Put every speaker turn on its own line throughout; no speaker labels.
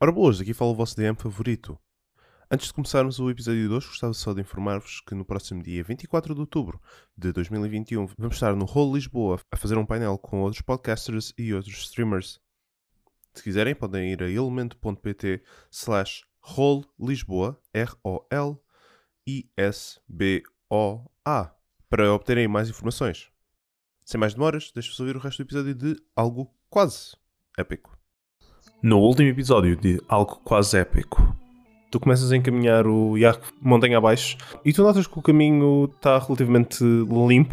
Ora boas, aqui fala o vosso DM favorito. Antes de começarmos o episódio de hoje, gostava só de informar-vos que no próximo dia 24 de outubro de 2021 vamos estar no Hall Lisboa a fazer um painel com outros podcasters e outros streamers. Se quiserem, podem ir a elemento.pt slash Rol Lisboa, R-O-L-I-S-B-O-A, para obterem mais informações. Sem mais demoras, deixo-vos ouvir o resto do episódio de algo quase épico. No último episódio de Algo Quase Épico, tu começas a encaminhar o Iaco montanha abaixo e tu notas que o caminho está relativamente limpo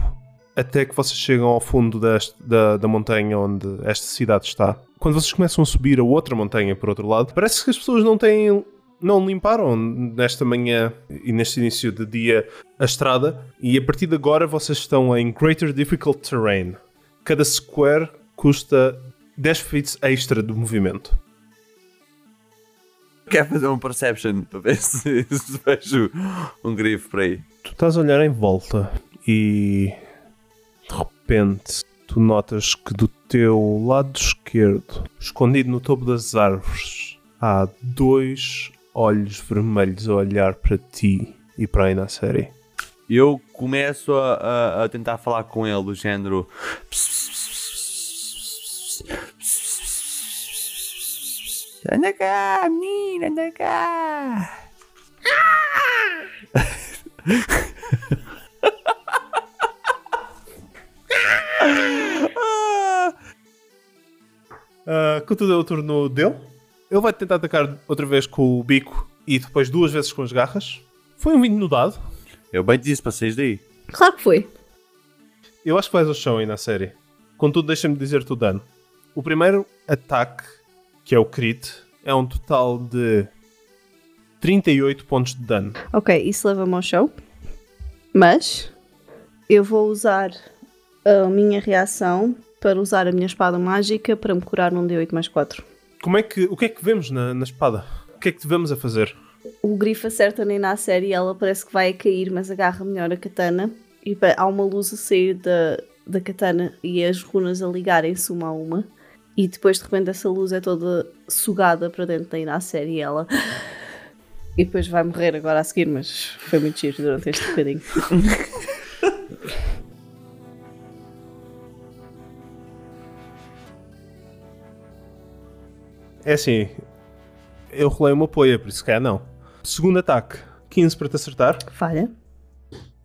até que vocês chegam ao fundo deste- da, da montanha onde esta cidade está. Quando vocês começam a subir a outra montanha por outro lado, parece que as pessoas não têm. Não limparam nesta manhã e neste início de dia a estrada, e a partir de agora vocês estão em Greater Difficult Terrain. Cada square custa 10 feet extra de movimento.
Quer fazer um perception para ver se, se vejo um grifo por aí.
Tu estás a olhar em volta e de repente tu notas que do teu lado esquerdo, escondido no topo das árvores, há dois olhos vermelhos a olhar para ti e para aí na série.
Eu começo a, a- a tentar falar com ele do género. Anda cá, menina, anda cá.
contudo, é o turno dele. Ele vai tentar atacar outra vez com o bico e depois duas vezes com as garras. Foi um vinho no dado.
Eu bem te disse para vocês daí.
Claro que foi.
Eu acho que vais ao chão aí na série. Contudo, deixa-me dizer-te o dano. O primeiro ataque, que é o crit, é um total de 38 pontos de dano.
Ok, isso leva-me ao show. Mas eu vou usar a minha reação para usar a minha espada mágica para me curar um D8 mais 4.
Como é que, o que é que vemos na, na espada? O que é que devemos a fazer?
O grifo acerta nem na série e ela parece que vai a cair, mas agarra melhor a katana. E pa- há uma luz a sair da, da katana e as runas a ligarem-se uma a uma. E depois de repente essa luz é toda sugada para dentro da Inácia e ela. E depois vai morrer agora a seguir, mas foi muito giro durante este bocadinho.
É assim, eu rolei uma poia, por isso se calhar não. Segundo ataque, 15 para te acertar.
Falha.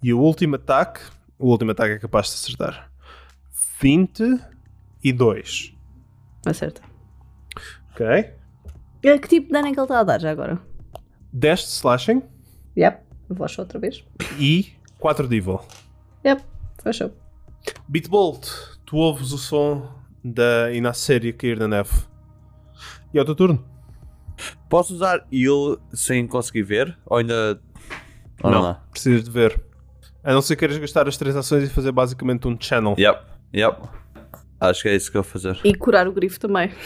E o último ataque, o último ataque é capaz de acertar. 22.
Acerta.
Ok.
Que tipo de dano é que ele está a dar já agora?
10 de slashing
Yep. Vou só outra vez.
e 4 de evil.
Yep. Fechou.
Bitbolt, tu ouves o som da Inacéria cair na neve. E é o teu turno.
Posso usar ele sem conseguir ver? Ou ainda. Ou não. dá?
Precisas de ver. A não ser que queiras gastar as três ações e fazer basicamente um channel.
Yep, yep. Acho que é isso que eu vou fazer.
E curar o grifo também.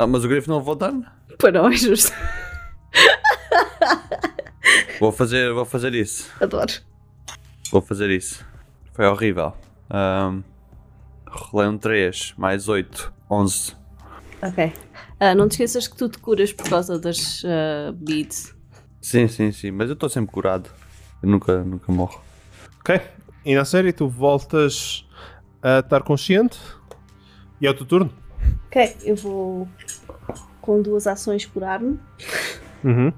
Ah, mas o grifo não vou dar?
Para não é justo.
Vou fazer, vou fazer isso.
Adoro.
Vou fazer isso. Foi horrível. Um, rolei um 3, mais 8, 11.
Ok. Ah, não te esqueças que tu te curas por causa das ah, beads.
Sim, sim, sim. Mas eu estou sempre curado. Eu nunca, nunca morro.
Ok. Inacéria, tu voltas a estar consciente. E é o teu turno.
Ok, eu vou com duas ações curar-me.
Uhum.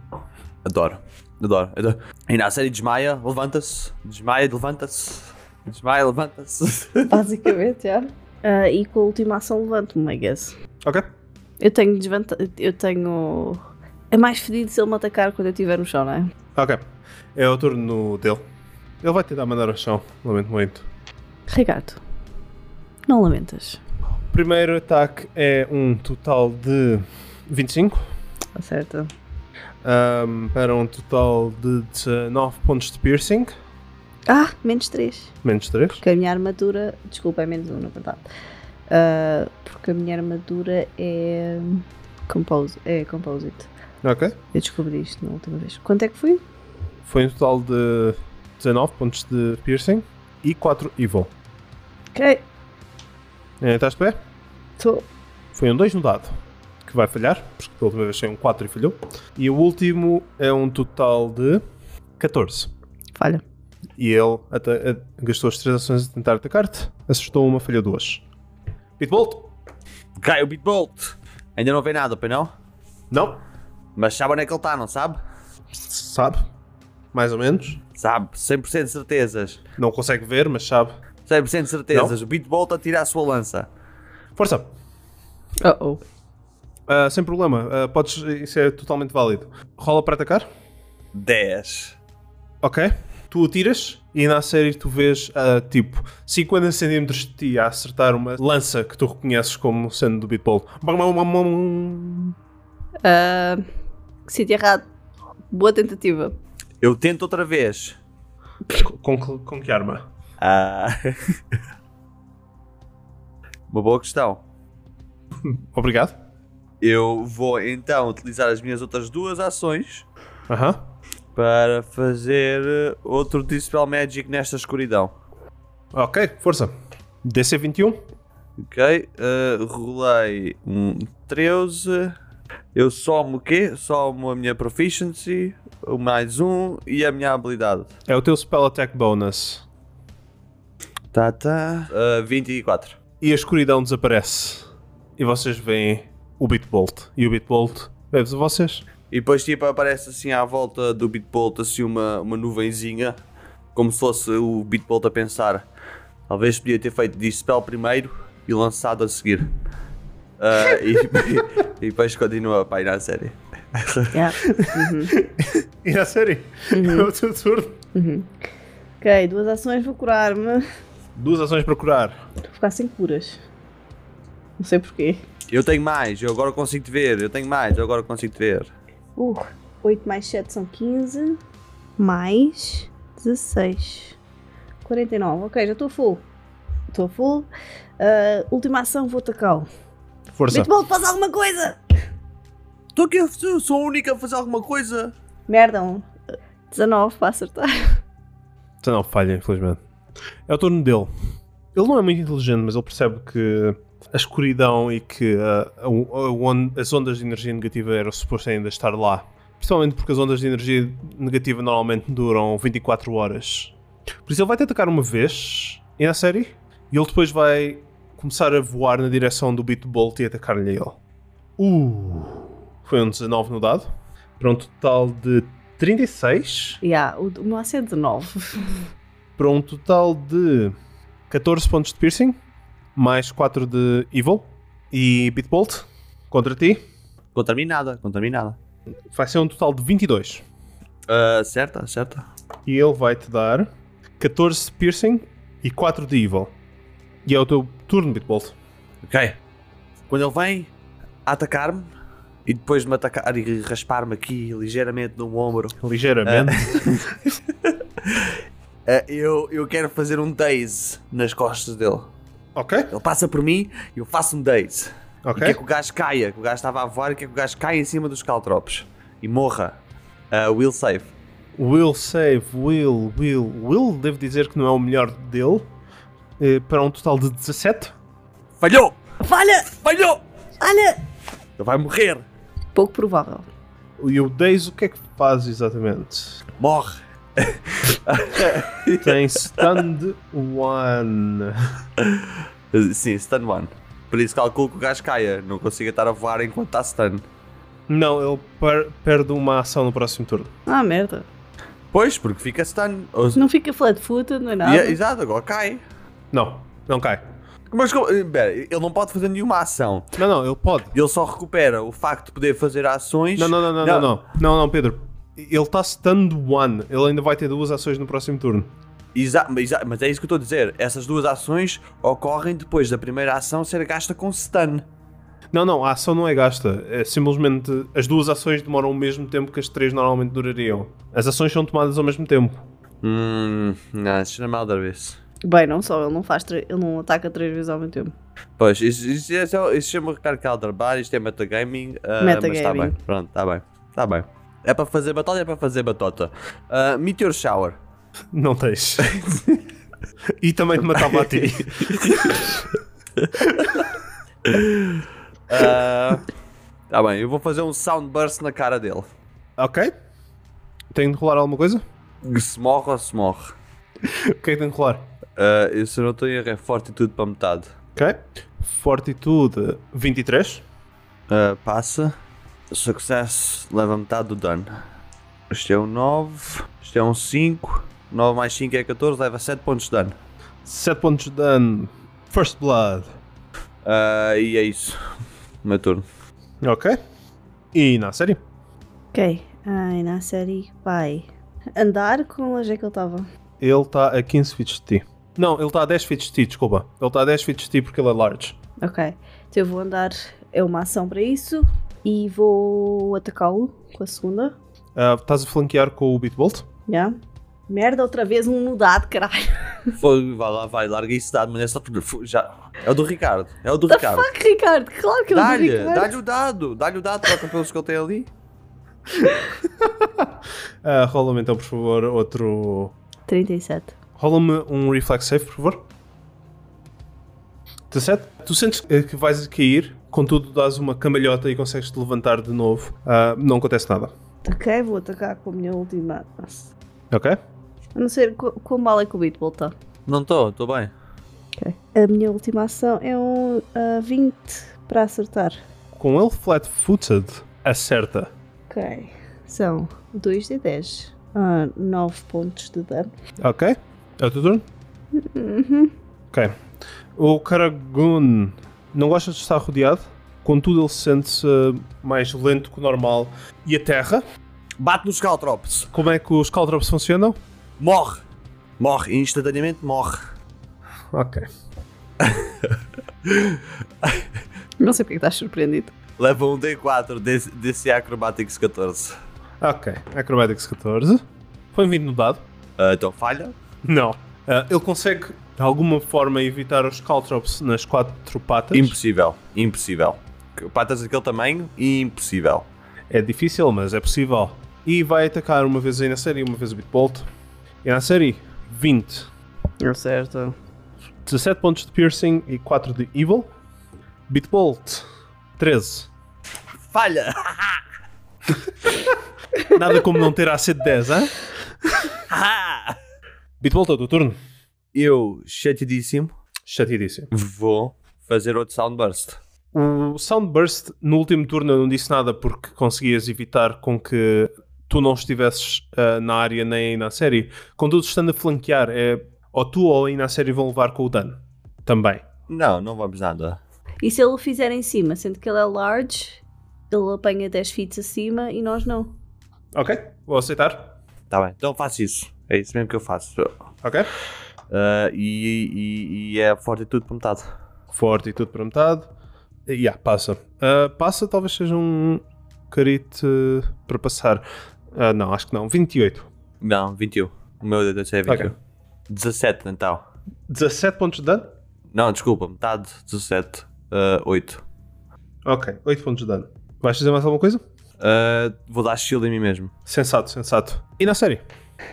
Adoro. Adoro. adoro. E na série desmaia, levanta-se. Desmaia, levanta-se. Desmaia, levanta-se.
Basicamente, é. e com a última ação levanto-me, I guess.
Ok.
Eu tenho desvantagem. Eu tenho. É mais fedido se ele me atacar quando eu estiver no chão, não é?
Ok. É o turno dele. Ele vai tentar mandar ao chão. Lamento muito.
Ricardo, não lamentas.
Primeiro ataque é um total de 25.
Acerta.
Ahm, para um total de 19 pontos de piercing,
Ah, menos 3.
menos 3.
Porque a minha armadura. Desculpa, é menos 1, na verdade. Ah, porque a minha armadura é. Compose, é composite.
Ok.
Eu descobri isto na última vez. Quanto é que foi?
Foi um total de 19 pontos de piercing e 4 evil.
Ok,
Eh, Estás de pé?
estou.
Foi um 2 no dado. que vai falhar, porque da última vez saiu um 4 e falhou. E o último é um total de 14.
Falha.
E ele ata- a- gastou as três ações a tentar atacar-te, acertou uma, falhou duas. Pitbull?
Cai o Bitbolt! Ainda não vê nada, pois não?
Não.
Mas sabe onde é que ele está, não sabe?
Sabe. Mais ou menos.
Sabe, 100% de certezas.
Não consegue ver, mas sabe.
100% de certezas. O Bitbolt atira a sua lança.
Força!
Oh oh.
Ah, sem problema. Ah, podes, isso é totalmente válido. Rola para atacar.
10.
Ok. Tu atiras e na série tu vês, ah, tipo, 50 centímetros de ti a acertar uma lança que tu reconheces como sendo do Bitball. Bum, bum, bum, bum.
Ah, sítio errado. Boa tentativa.
Eu tento outra vez.
Com, que- com que arma?
Ah. Uma boa questão.
Obrigado.
Eu vou então utilizar as minhas outras duas ações
Aham.
para fazer eh, outro Dispel Magic nesta escuridão.
Ok, força. DC 21.
Ok, eh, rolei um 13. Eu somo o quê? Somo a minha proficiency, o mais um e a minha habilidade.
É o teu spell attack bonus.
Tá, tá. Eh, 24.
E a escuridão desaparece. E vocês veem o Bitbolt. E o Bitbolt bebe-se a vocês.
E depois tipo aparece assim à volta do Bitbolt assim uma, uma nuvenzinha, como se fosse o Bitbolt a pensar. Talvez podia ter feito Dispel primeiro e lançado a seguir. Ah, e, e depois continua a pairar a série.
Yeah.
E a série? É o teu turno.
Uhum. Ok, duas ações, vou curar-me.
Duas ações para curar.
Vou ficar sem curas. Não sei porquê.
Eu tenho mais, eu agora consigo te ver, eu tenho mais, eu agora consigo te ver.
Uh, 8 mais 7 são 15. Mais 16. 49. Ok, já estou full. Estou full. Ah, última ação, vou atacá-lo.
Força.
Bitbolt, faz alguma coisa!
Estou aqui, eu sou a única a fazer alguma coisa.
Merda, um. 19 para acertar.
Então não, falha, infelizmente. É o turno dele. Ele não é muito inteligente, mas ele percebe que a escuridão e que ah, a- a on- as ondas de energia negativa eram suposto ainda estar lá. Principalmente porque as ondas de energia negativa normalmente duram 24 horas. Por isso ele vai te atacar uma vez, e na série, e ele depois vai começar a voar na direção do Bitbolt e atacar-lhe a ele. Uh, foi um 19 no dado, para um total de 36
Yeah, o, o meu AC é 19.
para um total de 14 pontos de piercing, mais 4 de evil e bitbolt contra ti.
Contra mim nada, contra mim nada.
Vai ser um total de 22.
Ah, certa, certa.
E ele vai te dar 14 de piercing e 4 de evil. E é o teu turno, bitbolt.
Ok. Quando ele vem atacar-me e depois de me atacar e raspar-me aqui ligeiramente no ombro,
Ligeiramente.
eh, eu, eu quero fazer um daze nas costas dele.
Ok,
Ele passa por mim e eu faço um daze. Ah. E
ok.
quer que o gajo caia, que o gajo estava a voar e quer que o gajo caia em cima dos caltropes e morra. Ah, will save.
Will save, will, will, will. Devo dizer que não é o melhor dele. eh, Para um total de 17.
Falhou!
Falha!
Falhou!
Olha!
Ele vai morrer!
Pouco provável.
E o Daze, o que é que faz exatamente?
Morre!
Tem stand one.
Eh, Sim, stun one. Por isso calculo que o gajo caia, não consiga estar a voar enquanto está stun.
Não, ele per- perde uma ação no próximo turno.
Ah, merda.
Pois, porque fica stun. Ou-
Não fica flat-footed, não é nada.
Yeah, exato, agora cai.
Não, não cai.
Mas como- eh, pera, ele não pode fazer nenhuma ação.
Não, não, ele pode.
Ele só recupera o facto de poder fazer ações.
Não, não, não, não, não, não. Não, não, Pedro. Ele está stand one. Ele ainda vai ter duas ações no próximo turno.
Exa- mas exa- mas é isso que eu estou a dizer. Essas duas ações ocorrem depois da primeira ação ser gasta com stun.
Não, não, a ação não é gasta. É simplesmente as duas ações demoram o mesmo tempo que as três normalmente durariam. As ações são tomadas ao mesmo tempo.
Hum, não, isso não é outra vez.
Bem, não só, ele não faz tre- ele não ataca três vezes ao mesmo tempo.
Pois, isso, isso, isso, é- isso chama recarga de trabalho, isto é metagaming. ah, Mas está
Metagaming.
bem, pronto, está bem. Está bem. É para fazer batota, é para fazer batota. Ah, Meteor Shower.
Não tens. e também te matava a ti.
Ah, Tá bem, eu vou fazer um sound burst na cara dele.
Ok. Tenho de rolar alguma coisa?
Se morre ou se morre.
O que é que tenho de rolar?
Ah, eu se não estou em erro, é fortitude para metade.
Ok. Fortitude 23.
Ah, passa. Sucesso leva metade do dano. Este é um 9. Este é um 5. 9 mais 5 é 14, leva 7 pontos de dano.
7 pontos de dano. First Blood.
Ah, e é isso. O meu turno.
Ok. E na série?
Ok. Ai, na série, vai. Andar com onde é que ele estava?
Ele está a 15 feet de ti. Não, ele está a 10 feet de ti, desculpa. Ele está a 10 feet de ti porque ele é large.
Ok. Então eu vou andar, é uma ação para isso. E vou atacá-lo com a segunda.
Ah, estás a flanquear com o Bitbolt?
Já. Merda, outra vez um no dado, caralho.
Foi, vai lá, vai, larga isso, dado, mas é só porque. fu- Já. É o do Ricardo. É o do
The
Ricardo.
fuck, Ricardo? Claro que eu vou
Dá-lhe,
Ricardo.
dá-lhe o dado, dá-lhe o dado, troca pelos que ele tem ali.
Ah, Rola-me então, por favor, outro.
37.
Rola-me um reflex save, por favor. 17. Tu sentes eh, que vais cair, contudo, dás uma cambalhota e consegues te levantar de novo. Ah, não acontece nada.
Ok, vou atacar com a minha última.
Ok?
A não ser co- com mal é que o Beatball está.
Não estou, estou bem.
A minha última ação é um ah, 20 para acertar.
Com ele flat-footed, acerta.
Ok. São 2 de 10. Ah, 9 pontos de dano.
Ok. É o teu turno? Ok. O Karagun não gosta de estar rodeado, contudo ele sente-se eh, mais lento que o normal. E a terra?
Bate nos Caltrops.
Como é que os Caltrops funcionam?
Morre. Morre, instantaneamente morre.
Ok.
Não sei porque é estás surpreendido.
Leva um D4 desse- DC Acrobatics 14.
Ok. Acrobatics 14. Foi vindo no dado?
Ah, então falha.
Não. Ah, ele consegue, de alguma forma, evitar os Caltrops nas quatro patas.
Impossível. Impossível. Patas daquele tamanho? Impossível.
É difícil, mas é possível. E vai atacar uma vez aí na série, uma vez o Bitbolt. E na série, 20.
Não certo.
17 pontos de piercing e 4 de evil. Bitbolt, 13.
Falha!
Nada como não ter AC10, hã? Bitbolt, é o teu turno.
Eu, chateadíssimo,
Chateadíssimo.
vou fazer outro Sound Burst.
O Soundburst, no último turno eu não disse nada porque conseguias evitar com que tu não estivesses ah, na área nem na série. Contudo, estando a flanquear, é ou tu ou a série vão levar com o dano. Também.
Não, não vamos nada.
E se ele o fizer em cima, sendo que ele é large, ele apanha 10 feet acima e nós não.
Ok, vou aceitar.
Tá bem, então faço isso. É isso mesmo que eu faço.
Ok.
Ah, e, e- e é fortitude por metade.
Fortitude para metade. Eh, Yeah, passa. Ah, passa, talvez seja um crit eh, para passar. Ah, não, acho que não. 28.
Não, 21. O meu Deus é 21.
Ok.
17 então.
17 pontos de dano?
Não, desculpa, metade, 17. ah, 8.
Ok, 8 pontos de dano. Vais fazer mais alguma coisa?
Ah, vou dar shield em mim mesmo.
Sensato, sensato. E na série?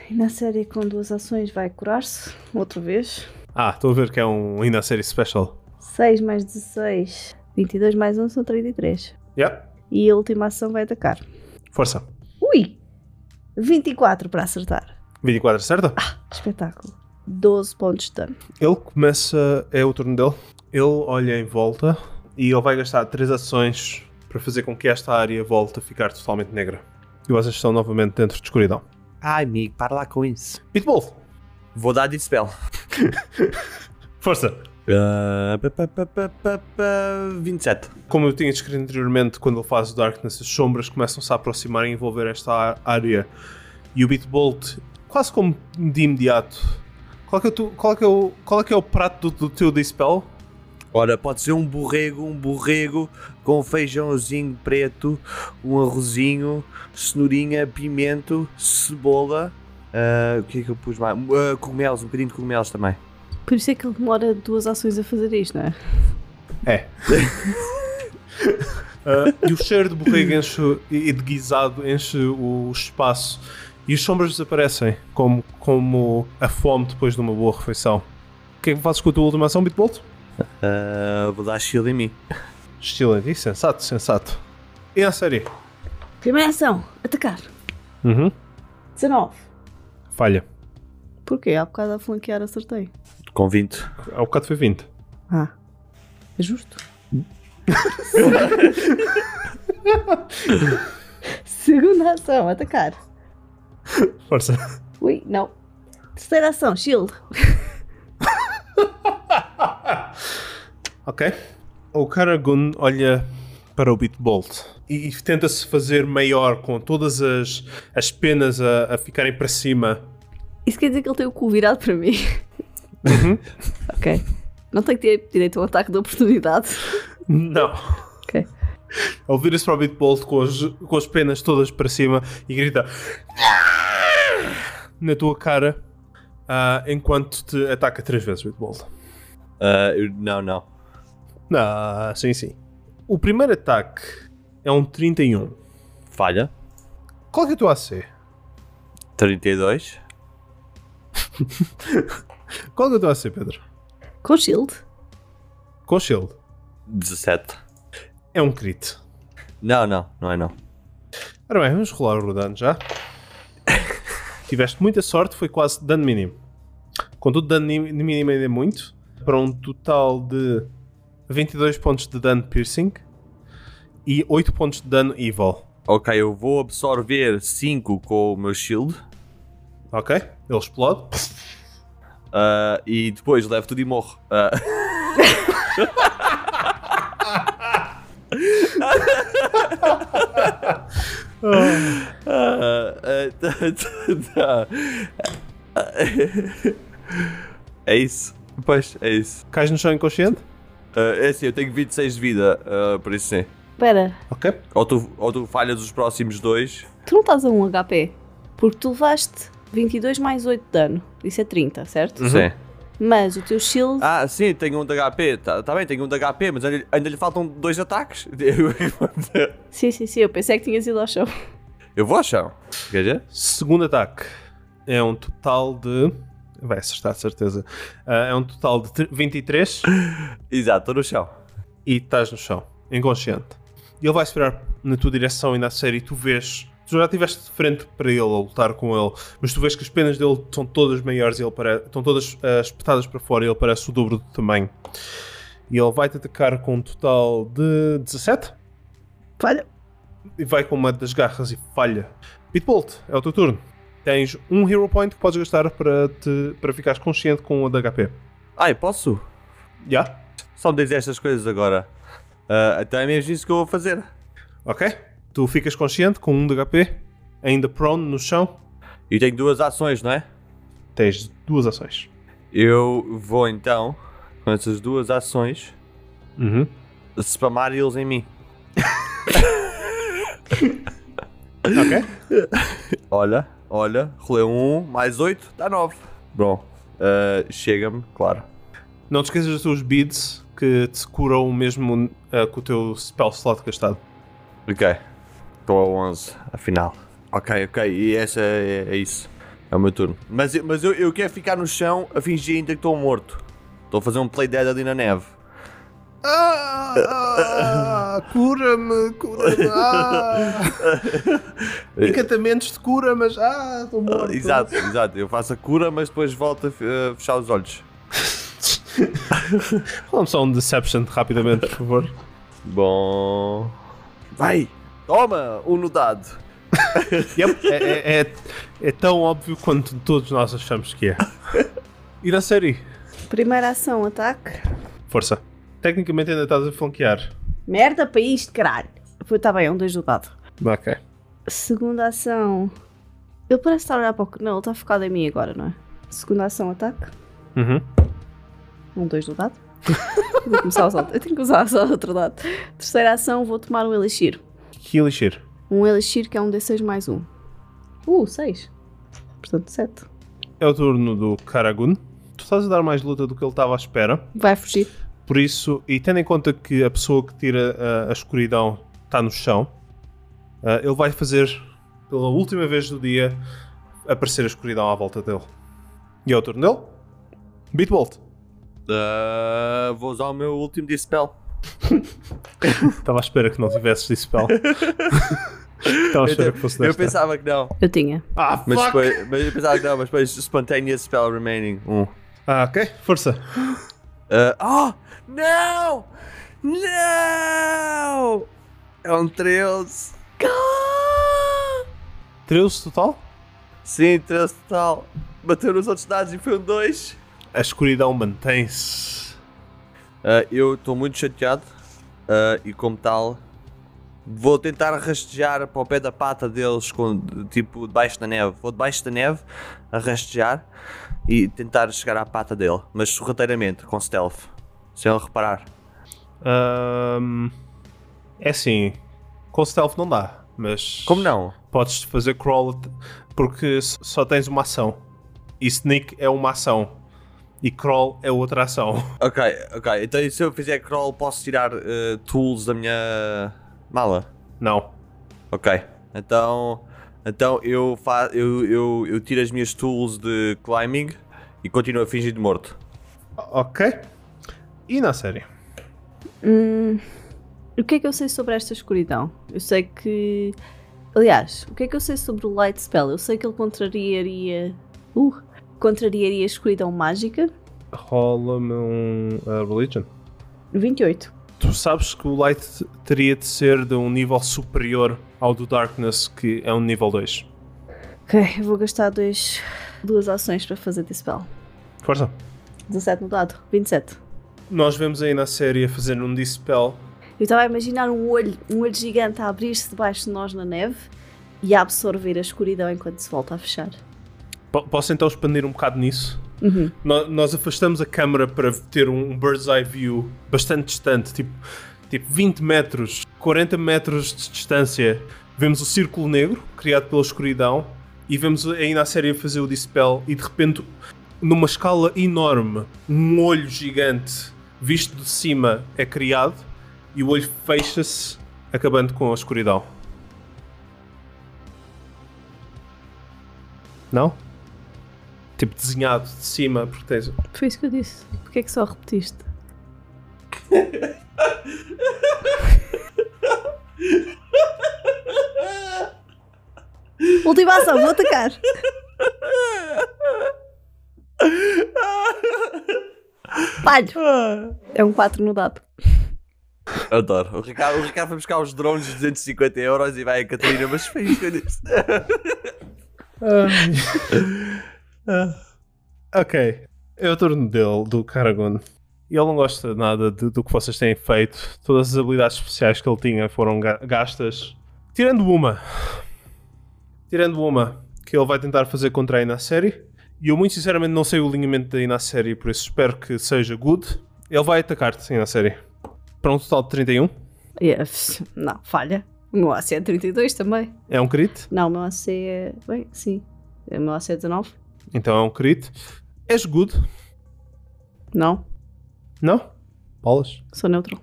E na série, com duas ações, vai curar-se. Outra vez.
Ah, estou a ver que é um ainda série special.
6 mais 16. 22 mais 1 são 33.
Yeah,
E a última ação vai atacar.
força.
Ui! 24 para acertar.
24, certo?
Espetáculo. 12 pontos de dano.
Ele começa, é o turno dele. Ele olha em volta e ele vai gastar 3 ações para fazer com que esta área volte a ficar totalmente negra. E vocês estão novamente dentro de escuridão.
Ai, amigo, para lá com isso.
Pitbull,
Vou dar dispel.
força.
Ah, pa, pa, pa, pa, pa, pa, 27.
Como eu tinha descrito anteriormente, quando ele faz o Darkness, as sombras começam-se a aproximar e envolver esta á- área. E o Bitbolt, quase como de imediato. Qual é que, é tu- qual é que é o, qual é que é o prato do, do teu Dispel?
Ora, pode ser um borrego, um borrego com feijãozinho preto, um arrozinho, cenourinha, pimento, cebola. ah, o que é que eu pus mais? Ah, cogumelos, um bocadinho de cogumelos também.
Por isso é que ele demora duas ações a fazer isto, não é?
É. Ah, e o cheiro de borrego enche, e de guisado enche o espaço. E as sombras desaparecem, como, como a fome depois de uma boa refeição. O que é que fazes com a tua última ação, Bitbolt?
Ah, vou dar shield em mim.
Excelente, e sensato, sensato. E a série?
Primeira ação, atacar.
Uhum.
19.
Falha.
Porquê? Há bocado a flanquear acertei.
Com 20.
Ao É um bocado foi 20.
Ah, é justo. Segunda ação, atacar.
Força.
Ui, não. Terceira ação, shield.
Ok. O Karagun olha para o Bitbolt e e tenta-se fazer maior com todas as, as penas a, a ficarem para cima.
Isso quer dizer que ele tem o cu virado para mim. ok. Não tem que ter direito a um ataque de oportunidade.
Não.
Ok.
Ele vira-se para o Bitbolt com as, com as penas todas para cima e grita na tua cara ah, enquanto te ataca três vezes, Bitbolt.
Ah, eu- não, não.
Ah, sim, sim. O primeiro ataque é um 31.
Falha.
Qual que é a tua AC?
32.
Qual que é a tua AC, Pedro?
Com shield.
Com shield.
17.
É um crit.
Não, não, não é não.
Ora bem, vamos rolar o dano já. Tiveste muita sorte, foi quase dano mínimo. Contudo, dano ni- mínimo ainda é muito. Para um total de 22 pontos de dano piercing e 8 pontos de dano evil.
Ok, eu vou absorver 5 com o meu shield
Ok? Ele explode.
ah, e depois levo tudo e morro. Ah, ah, ah, tá, tá, tá. É isso. Pois, é isso.
Cais no chão inconsciente.
Ah, é assim, eu tenho 26 de vida, ah, por isso sim.
Espera,
Ok?
Ou tu, ou tu falhas os próximos dois.
tu não estás a 1 HP? Porque tu levaste 22 mais 8 de dano. Isso é 30, certo?
Sim.
Mas o teu shield.
Uhum. Ah, sim, tenho um de HP. Tá, tá bem, tenho um de HP, mas ainda, ainda lhe faltam dois ataques.
Sim, sim, sim, eu pensei que tinhas ido ao chão.
eu vou ao chão. Quer dizer?
Segundo ataque é um total de. Vai acertar, de certeza. Ah, é um total de tr- 23
Exato, estou no chão.
e estás no chão, inconsciente. Ele vai esperar na tua direção e na série e tu vês. Tu já estiveste de frente para ele a lutar com ele, mas tu vês que as penas dele são todas maiores e ele parece, estão todas ah, espetadas para fora e ele parece o dobro do tamanho. E ele vai te atacar com um total de 17
Falha.
e vai com uma das garras e falha. Pitbolt, é o teu turno. Tens um Hero Point que podes gastar para, te, para ficares consciente com o da HP.
Ai, posso?
Já?
Só me dizer estas coisas agora. Ah, então é mesmo isso que eu vou fazer.
Ok? Tu ficas consciente com um de HP, ainda prone no chão,
E tenho duas ações, não é?
tens duas ações.
Eu vou então, com essas duas ações,
Uhum.
spamar eles em mim.
Ok?
Olha, olha, rolei um, mais oito, dá nove. Bom, ah, chega-me, claro.
Não te esqueças dos teus beads que te curam mesmo ah, com o teu spell slot gastado.
Ok. Estou a 11, afinal. Ok, ok. E essa é, é isso. É o meu turno. Mas, eu- mas eu, eu quero ficar no chão a fingir ainda que estou morto. Estou a fazer um play dead ali na neve.
Ah, cura-me, cura-me. ah. Encantamentos de cura, mas ah, estou morto.
exato, exato. Eu faço a cura, mas depois volto a fe- a fechar os olhos.
Vamos só um deception rapidamente, por favor.
Bom. Vai! Toma! Um no dado.
Yep, é, é- é- é tão óbvio quanto todos nós achamos que é. E na série?
Primeira ação, ataque.
Força. Tecnicamente ainda estás a flanquear.
Merda para isto, caralho. Foi, tá bem, é um dois do dado.
Ok.
Segunda ação. Ele parece estar a olhar para o. Não, ele está focado em mim agora, não é? Segunda ação, ataque.
Uhum.
Um dois do dado. Vou começar a usar. Eu tenho que usar só outro dado. Terceira ação, vou tomar um elixir.
Que elixir.
Um elixir que é um D6 mais um. Uh, 6. Portanto, 7.
É o turno do Karagun. Tu estás a dar mais luta do que ele estava à espera.
Vai fugir.
Por isso, e tendo em conta que a pessoa que tira eh, a, a escuridão está no chão, ah, ele vai fazer, pela última vez do dia, aparecer a escuridão à volta dele. E é o turno dele. Beatbolt.
Ah, vou usar o meu último dispel.
Estava à espera que não tivesses Dispel. Estava à espera que fosse
Eu,
desta.
pensava que não.
Eu tinha.
Ah,
Mas,
fuck!
depois, mas eu pensava que não, mas depois Spontaneous Spell Remaining. Um.
Ah, ok. Força.
Ah, oh! Não! Não! É um 13.
13 total.
Sim, 13 total. Bateu nos outros dados e foi um 2.
A escuridão mantém-se.
Ah, eu estou muito chateado ah, e como tal vou tentar rastejar para o pé da pata deles com, tipo debaixo da neve. Vou debaixo da neve a rastejar e tentar chegar à pata dele, mas sorrateiramente, com stealth, sem ele reparar.
Ahm, é assim. Com stealth não dá, mas.
Como não?
Podes fazer crawl at- porque s- só tens uma ação. E sneak é uma ação. E crawl é outra ação.
Ok, ok. Então e se eu fizer crawl posso tirar ah, tools da minha mala?
Não.
Ok. Então, então eu, fa eu, eu, eu tiro as minhas tools de climbing e continuo a fingir de morto.
Ok. E na série?
Hum, o que é que eu sei sobre esta escuridão? Eu sei que. Aliás, o que é que eu sei sobre o Light Spell? Eu sei que ele contrariaria. Uh, contrariaria a escuridão mágica.
Rola-me um uh, Religion.
28.
Tu sabes que o Light teria de ser de um nível superior ao do Darkness, que é um nível 2.
Ok, eu vou gastar dois, duas ações para fazer Dispel.
Força.
17 no dado, 27.
Nós vemos aí na série a fazer um Dispel.
Eu estava a imaginar um olho, um olho gigante a abrir-se debaixo de nós na neve e a absorver a escuridão enquanto se volta a fechar.
Po- posso então expandir um bocado nisso?
Uhum.
No- nós afastamos a câmara para ter um bird's eye view bastante distante, tipo, tipo 20 metros, 40 metros de distância. Vemos o círculo negro criado pela escuridão e vemos ainda a série a fazer o dispel e de repente, numa escala enorme, um olho gigante visto de cima é criado e o olho fecha-se, acabando com a escuridão. Não? Tipo desenhado de cima, porque tens
Foi isso que eu disse. Porquê é que só repetiste? Última ação, vou atacar. Palho. É um 4 no dado.
Adoro. O Ricardo, o Ricardo foi buscar os drones de 250 euros e vai a Catarina, mas foi isto que eu disse.
Ah. Ok. É o turno dele, do Caragon. Ele não gosta nada de- do que vocês têm feito. Todas as habilidades especiais que ele tinha foram ga- gastas. Tirando uma. Tirando uma que ele vai tentar fazer contra a Inasérie. E eu muito sinceramente não sei o alinhamento da Inasérie, por isso espero que seja good. Ele vai atacar-te, Inasérie. Para um total de 31.
É, pff, Não, falha. O meu AC é 32 também.
É um crit.
Não, o meu AC é. Bem, sim. O meu AC é 19?
Então é um crit. És good.
Não,
Não? Bolas.
sou neutro.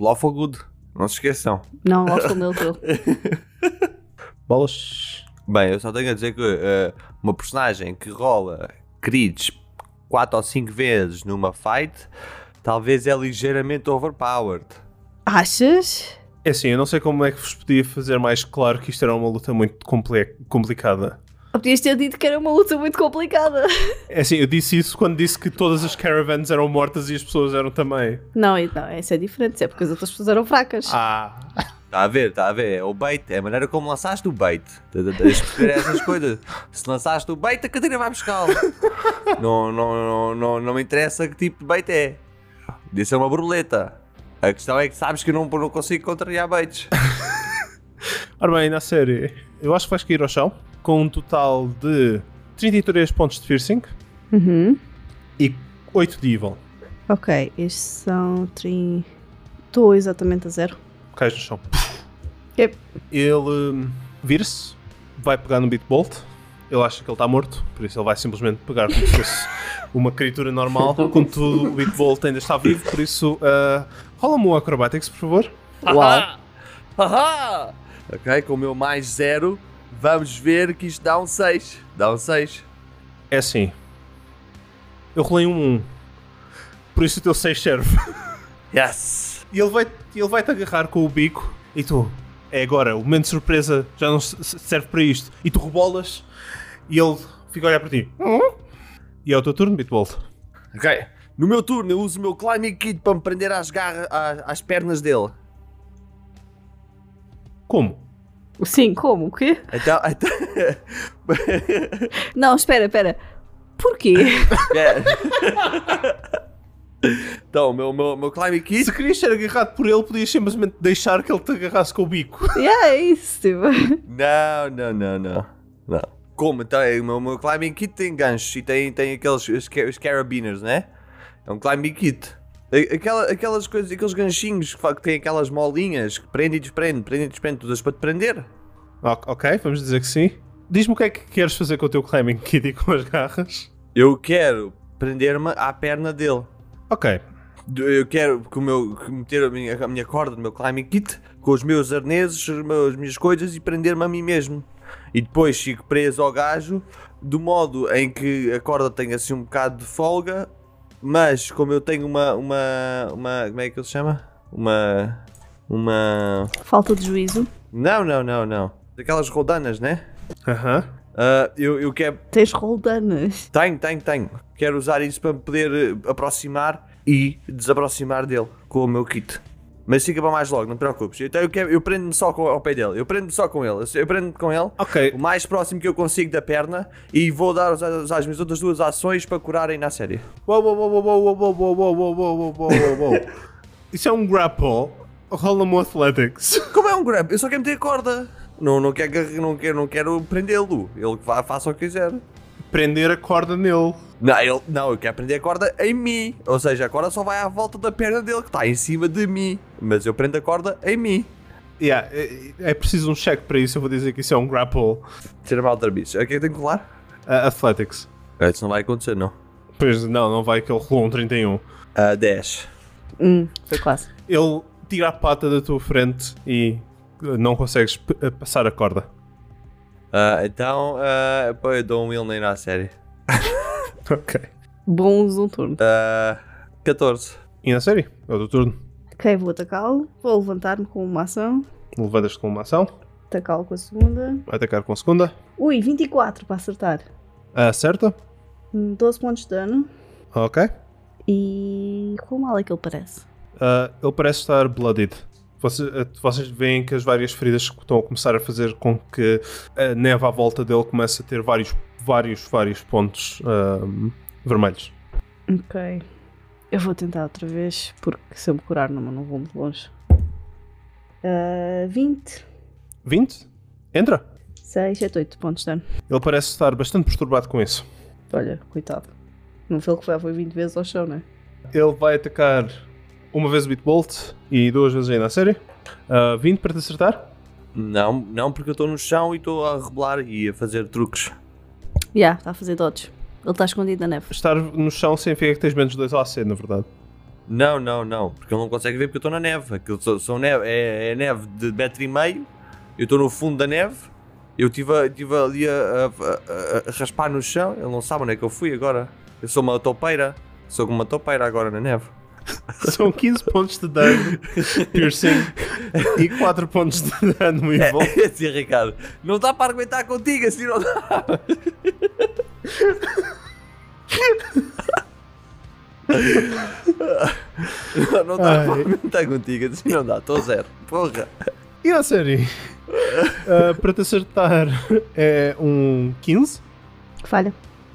Lawful Good. Não se esqueçam.
Não, logo sou neutro.
Bolas.
Bem, eu só tenho a dizer que eh, uma personagem que rola crits 4 ou 5 vezes numa fight, talvez é ligeiramente overpowered.
Achas?
É assim, eu não sei como é que vos podia fazer mais claro que isto era uma luta muito comple- complicada.
Podias ter dito que era uma luta muito complicada.
É assim, eu disse isso quando disse que todas as caravans eram mortas e as pessoas eram também.
Não, e- não, essa é diferente. Isso é porque as outras pessoas eram fracas.
Ah.
Está a ver, está a ver. É o bait, é a maneira como lançaste o bait. Tens de perceber essas coisas. Se lançaste o bait, a Catarina vai buscá-lo. Não, não, não, não, não me interessa que tipo de bait é. Isso é uma borboleta. A questão é que sabes que eu não, não consigo contrariar baits.
Ora bem, na série, eu acho que vais cair ao chão com um total de 33 pontos de piercing
Uhum.
e 8 de evil.
Ok, estes são. Trin... Estou exatamente a zero.
Cais no chão.
Yep.
Ele hum, vira-se, vai pegar no Beat Bolt. Ele acha que ele está morto, por isso ele vai simplesmente pegar como se fosse uma criatura normal. Contudo, o Beat Bolt ainda está vivo, por isso ah, rola-me um Acrobatics, por favor.
Uau! Haha! ok, com o meu mais zero, vamos ver que isto dá um 6. Dá um 6.
É assim. um. Eu rolei um 1. Por isso o teu 6 serve.
Yes!
E ele vai-te ele vai -te agarrar com o bico e tu, é agora, o momento de surpresa já não se- se- serve para isto. E tu rebolas e ele fica a olhar para ti. E é o teu turno, Bitbolt.
Ok. No meu turno eu uso o meu climbing kit para me prender às garras, às, às pernas dele.
Como?
Sim, como? O quê?
Então, então...
Não, espera, espera. Porquê?
É. então, o meu, meu, meu climbing kit
Se querias ser agarrado por ele, podias simplesmente deixar que ele te agarrasse com o bico.
yeah, é isso, tipo.
Não, não, não, não. Não. Como? Então, é, o meu, o meu climbing kit tem ganchos e tem, tem aqueles os, ca- os carabiners, né? É um climbing kit. A- Aquela, aquelas coisas, aqueles ganchinhos que, fa- que têm aquelas molinhas que prende e desprende, prende e desprende, tu deixas para te prender.
Ok, ok, vamos dizer que sim. Diz-me o que é que queres fazer com o teu climbing kit e com as garras.
Eu quero prender-me à perna dele.
Ok,
Eu quero que o meu, que meter a minha, a minha corda no meu climbing kit com os meus arneses, os meus- as minhas coisas e prender-me a mim mesmo. E depois fico preso ao gajo, do modo em que a corda tenha assim um bocado de folga, mas como eu tenho uma. uma, uma como é que ele se chama? Uma. Uma.
Falta de juízo.
Não, não, não, não. Daquelas rodanas, né?
aham.
Ah, eu, eu quero
Tens roldanas.
tenho, tenho, tenho. Quero usar isso para me poder eh, aproximar e desaproximar dele com o meu kit. Mas fica para mais logo, não te preocupes. Então eu, quero- eu prendo-me só com, ao pé dele. Eu prendo-me só com ele. Eu prendo-me com ele.
Ok,
O mais próximo que eu consigo da perna. E vou dar as, as, as minhas outras duas ações para curarem na série.
Uou, uou, uou, uou, uou, uou, uou, uou, uou, uou, uou, uou, uou, uou. Isso é um grapple. Rola-me o Athletics.
Como é um grab? Eu só quero meter a corda. Não, não quero, agarrar- não quero, não quero prendê-lo. Ele que vá- faça o que quiser.
Prender a corda nele.
Não, ele, não, eu quero prender a corda em mim. Ou seja, a corda só vai à volta da perna dele, que está em cima de mim. Mas eu prendo a corda em mim.
Yeah, é, é preciso um cheque para isso. Eu vou dizer que isso é um grapple.
Tira-me a outra bicha. O que é que tem que rolar?
Ah, athletics.
isso não vai acontecer, não.
Pois não, não vai que ele rolou um 31.
Ah, 10.
Hum, foi quase.
Ele tira a pata da tua frente e eh, não consegues p- eh, passar a corda.
Ah, então, ah, pô, eu dou um will nem na série.
Ok.
Bons um turno.
Ah, 14.
E na série? É o teu turno.
Ok, vou atacá-lo. Vou levantar-me com uma ação.
Levantas com uma ação.
Atacá-lo com a segunda.
Vai atacar com a segunda.
Ui, 24 para acertar.
Acerta.
Hum, 12 pontos de dano.
Ok.
E. Quão mal é que ele parece?
Ah, ele parece estar bloodied. Você- ah, vocês veem que as várias feridas que estão a começar a fazer com que a neve à volta dele comece a ter vários, vários, vários pontos ahm, vermelhos.
Ok. Eu vou tentar outra vez, porque se eu me curar, não, não vou muito longe. Ah, 20,
20? Entra.
6, 7, 8 pontos de dano.
Ele parece estar bastante perturbado com isso.
Olha, coitado. Não foi o que foi, foi 20 vezes ao chão, né?
Ele vai atacar uma vez o Bitbolt e duas vezes ainda a série. Ah, 20 para te acertar.
Não, não, porque eu estou no chão e estou a rebolar e a fazer truques.
Já, está a fazer dodge. Ele está escondido na neve.
Estar no chão significa que tens menos 2 AC, na verdade.
Não, não, não. Porque ele não consegue ver porque eu estou na neve. Aquilo são, são neve é, é neve de metro e meio. Eu estou no fundo da neve. Eu estive tive ali a, a- a- a raspar no chão. Ele não sabe onde é que eu fui agora. Eu sou uma topeira. Sou como uma topeira agora na neve.
São 15 pontos de dano, piercing, É, e 4 pontos de dano evil.
Sim, Ricardo, não dá para argumentar contigo, assim não dá. não, não dá
Ai.
para argumentar contigo, assim não dá, estou zero. Porra.
E a série? Ah, para te acertar é um 15
Falha.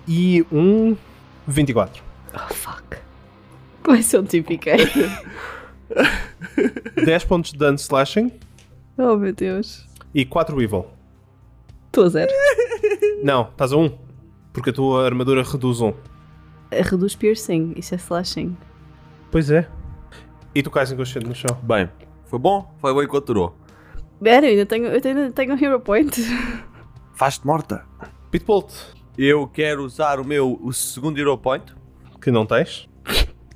e um 24.
Oh, fuck. Vai ser um típico, hein?
10 pontos de dano slashing
Oh, meu Deus.
e 4 evil.
Estou a zero.
Não, estás a 1. Porque a tua armadura reduz 1.
Reduz piercing, isso é slashing.
Pois é. E tu cais inconsciente no chão.
Bem, foi bom? Foi bom enquanto durou.
Pera, eu ainda tenho, eu tenho, tenho um hero point.
Faz-te morta.
Pitbolt,
Eu quero usar o meu o segundo Hero Point.
que não tens,